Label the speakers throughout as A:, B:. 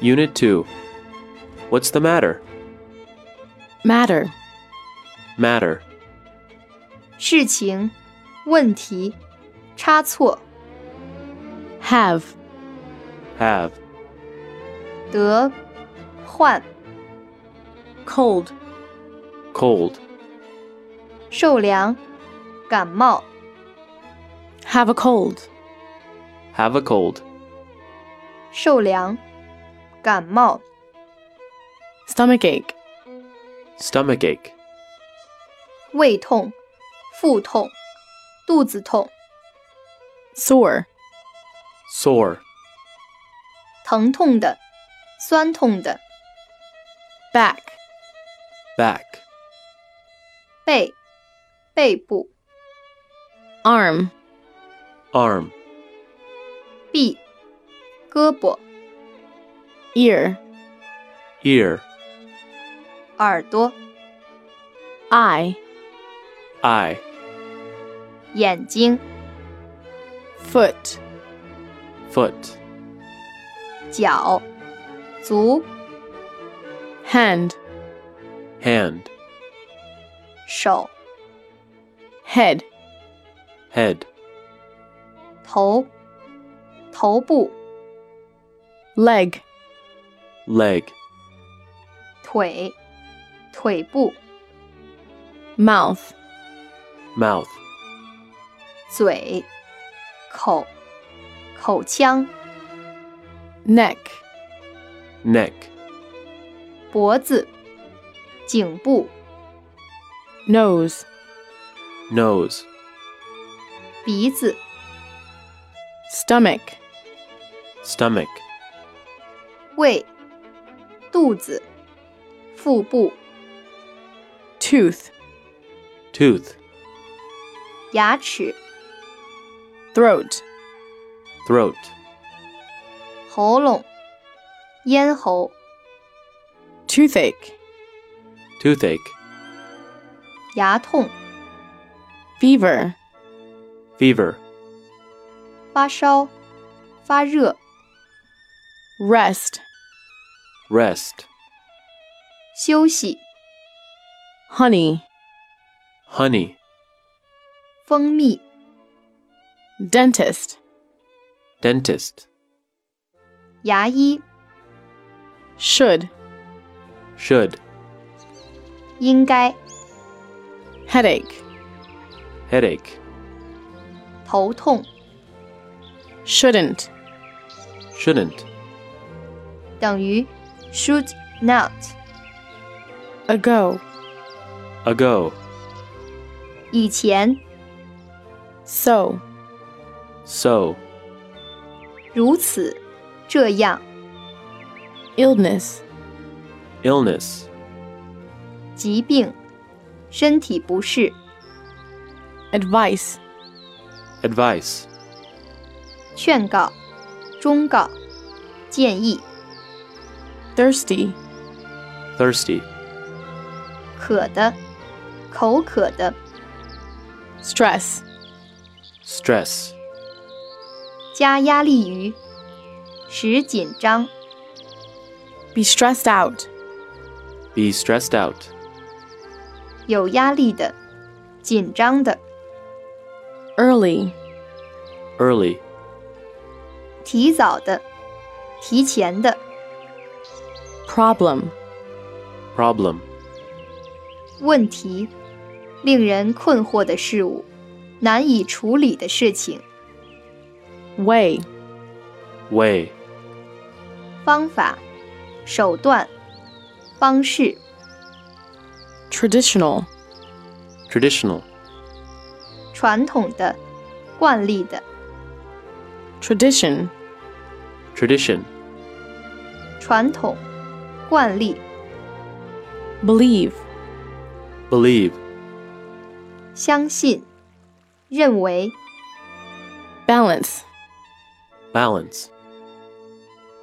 A: Unit 2. What's the matter?
B: matter,
A: Matter.
C: 事情、问题、差错、
B: have,
A: Have.
C: 得、患、
B: cold,
A: Cold.
C: 受凉、感冒、
B: have a cold,
A: Have a cold.
C: 受凉、感冒、
B: stomachache,
A: Stomach ache.
C: 胃痛、腹痛、肚子痛、
B: sore,
A: Sore.
C: 疼痛的、酸痛的、
B: back,
A: Back.
C: 背、背部、
B: arm,
A: Arm.
C: 臂、胳膊、
B: ear,
A: Ear.
C: 耳朵、
B: eye,
A: Eye.
C: 眼睛、
B: foot,
A: Foot.
C: 脚、足、
B: hand,
A: Hand.
C: 手、
B: head,
A: Head.
C: 头、头部、
B: leg,
A: Leg.
C: 腿、腿部、
B: mouth,
A: Mouth.
C: 嘴、口、口腔、
B: neck,
A: Neck.
C: 脖子、颈部、
B: nose,
A: Nose.
C: 鼻子、
B: stomach,
A: Stomach.
C: 胃、肚子、腹部、
B: tooth,
A: Tooth.
C: 牙齿、
B: throat,
A: Throat.
C: 喉咙、咽喉、
B: toothache,
A: Toothache.
C: 牙痛、
B: fever,
A: Fever.
C: 发烧、发热、
B: rest,
A: Rest.
C: 休息、
B: honey,
A: Honey.
C: 蜂蜜、
B: dentist,
A: Dentist.
C: 牙医、
B: should,
A: Should.
C: 应该、
B: headache,
A: Headache.
C: 头痛、
B: shouldn't,
A: Shouldn't.
C: 等于 should not
B: ago,
A: Ago.
C: 以前
B: so,
A: So.
C: 如此这样
B: illness,
A: Illness.
C: 疾病身体不适
B: advice,
A: Advice.
C: 劝告忠告建议
B: thirsty,
A: Thirsty.
C: 渴的口渴的
B: stress,
A: Stress.
C: 加压力于使紧张
B: be stressed out,
A: Be stressed out.
C: 有压力的紧张的
B: early,
A: Early.
C: 提早的提前的
B: problem,
A: Problem.
C: 问题令人困惑的事物难以处理的事情
B: way,
A: Way.
C: 方法手段方式。
B: traditional,
A: Traditional.
C: 传统的、惯例的、
B: tradition,
A: Tradition.
C: 传统、惯例、
B: believe,
A: Believe.
C: 相信、认为、
B: balance,
A: Balance.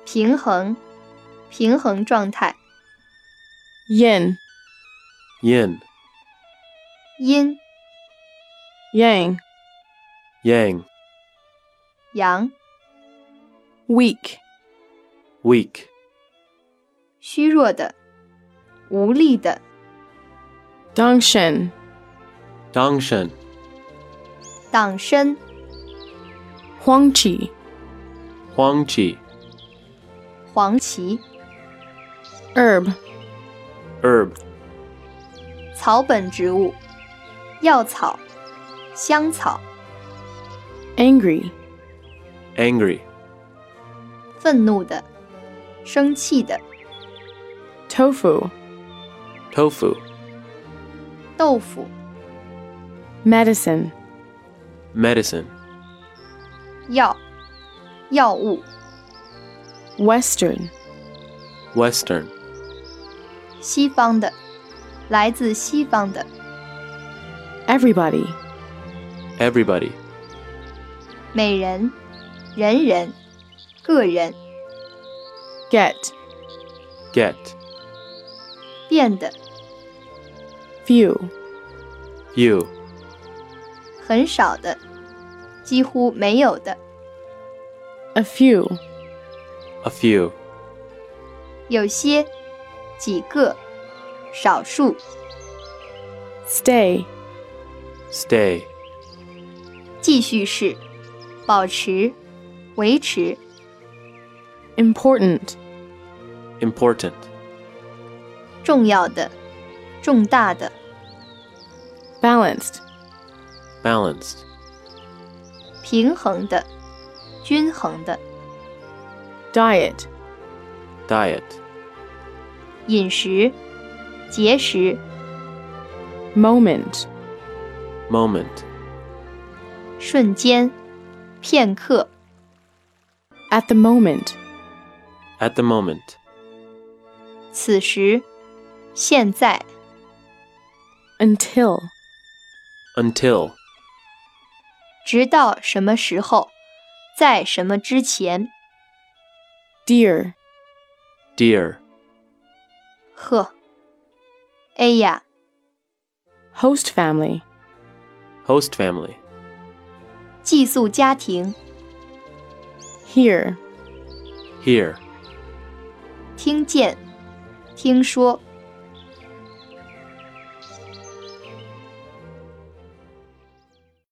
C: 平衡、平衡状态、
B: yin,
A: Yin.
C: 阴、
B: yang,
A: Yang.
C: 阳、
B: weak,
A: Weak.
C: 虚弱的、无力的、
B: Dongshin.
A: Dongshen,
C: 党参、
B: Huangqi.
A: Huangqi,
C: 黄芪、
B: Herb.
A: herb,
C: 草本植物、药草、香草、
B: Angry.
A: angry,
C: 愤怒的、生气的、
B: Tofu.
A: tofu,
C: 豆腐、
B: Medicine.
A: medicine,
C: 药、药物、
B: Western.
A: western,
C: 西方的、来自西方的、
B: Everybody.
A: everybody,
C: 每人、人人、个人、
B: Get.
A: get,
C: 变得、
B: Few.
A: you,
C: 很少的、几乎没有的、
B: A few.
A: a few,
C: 有些、几个、少数、
B: Stay.
A: stay,
C: 继续是、保持、维持、
B: Important.
A: important,
C: 重要的、重大的、
B: Balanced.
A: balanced,
C: 平衡的、均衡的、
B: Diet.
A: diet,
C: 饮食、节食、
B: Moment.
A: moment,
C: 瞬间、片刻、
B: At the moment.
A: at the moment,
C: 此时、现在、
B: Until.
A: until,
C: 直到什么时候，在什么之前。
B: Dear.
A: dear,
C: 呵，哎呀，
B: Host family.
A: host family,
C: 寄宿家庭，
B: Here.
A: here,
C: 听见，听说，